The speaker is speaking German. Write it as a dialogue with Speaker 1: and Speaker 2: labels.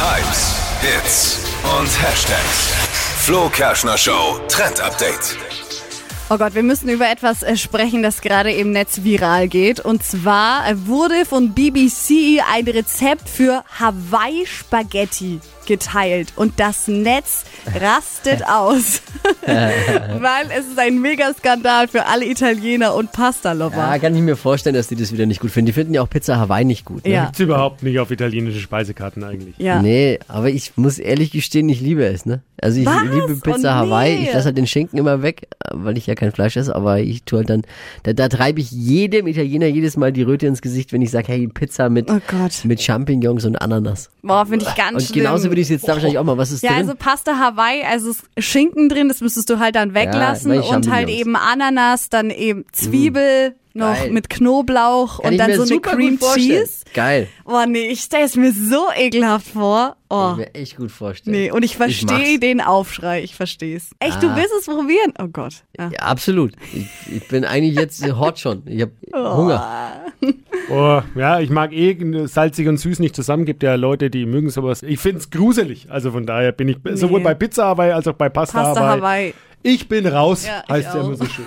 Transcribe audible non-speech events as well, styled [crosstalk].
Speaker 1: Hypes, Hits und Hashtags. Flo Kerschner Show Trend Update.
Speaker 2: Oh Gott, wir müssen über etwas äh, sprechen, das gerade im Netz viral geht. Und zwar äh, wurde von BBC ein Rezept für Hawaii-Spaghetti geteilt. Und das Netz
Speaker 3: [laughs]
Speaker 2: rastet aus. Weil es ist ein Megaskandal für alle Italiener und
Speaker 3: Ja,
Speaker 2: Pasta-Lover.
Speaker 3: kann ich mir vorstellen, dass die das wieder nicht gut finden. Die finden ja auch Pizza Hawaii nicht gut. Ne?
Speaker 2: Ja.
Speaker 4: Gibt's überhaupt nicht auf italienische Speisekarten eigentlich.
Speaker 2: ja.
Speaker 3: Nee, aber ich muss ehrlich gestehen, ich liebe es, ne? Also ich
Speaker 2: Was?
Speaker 3: liebe Pizza
Speaker 2: Oh,
Speaker 3: Hawaii.
Speaker 2: nee.
Speaker 3: Ich lasse halt den Schinken immer weg, weil ich ja kein Fleisch esse, aber ich tue halt dann, da, da treibe ich jedem Italiener jedes Mal die Röte ins Gesicht, wenn ich sage, hey, Pizza mit,
Speaker 2: Oh Gott.
Speaker 3: mit Champignons und Ananas.
Speaker 2: Boah, finde ich ganz
Speaker 3: und
Speaker 2: schlimm.
Speaker 3: genauso würde ich es jetzt da wahrscheinlich auch mal. Was ist
Speaker 2: Ja,
Speaker 3: drin?
Speaker 2: also Pasta Hawaii, also ist Schinken drin, das müsstest du halt dann weglassen
Speaker 3: welche
Speaker 2: und halt
Speaker 3: Champignons? Mm,
Speaker 2: eben Ananas, dann eben Zwiebel noch
Speaker 3: Geil.
Speaker 2: mit Knoblauch
Speaker 3: Kann
Speaker 2: und
Speaker 3: ich
Speaker 2: dann
Speaker 3: mir
Speaker 2: so eine
Speaker 3: super gut
Speaker 2: Cream
Speaker 3: vorstellen.
Speaker 2: Cheese.
Speaker 3: Geil.
Speaker 2: Oh nee, ich stelle es mir so ekelhaft vor.
Speaker 3: Kann
Speaker 2: Oh.
Speaker 3: ich mir echt gut vorstellen.
Speaker 2: Nee, und ich verstehe
Speaker 3: mach's.
Speaker 2: den Aufschrei, ich verstehe es. Echt, du
Speaker 3: Ah.
Speaker 2: willst es probieren? Oh Gott. Ja.
Speaker 3: Ja, absolut. Ich, ich bin eigentlich jetzt hot schon. Ich habe Hunger.
Speaker 4: Oh, ja, ich mag eh salzig und süß nicht zusammen. Gibt ja Leute, die mögen sowas. Ich find's gruselig. Also von daher bin ich sowohl bei Pizza Hawaii als auch bei Pasta,
Speaker 2: Pasta Hawaii.
Speaker 4: Ich bin raus,
Speaker 2: Ja, ich
Speaker 4: heißt ja
Speaker 2: auch.
Speaker 4: immer so schön.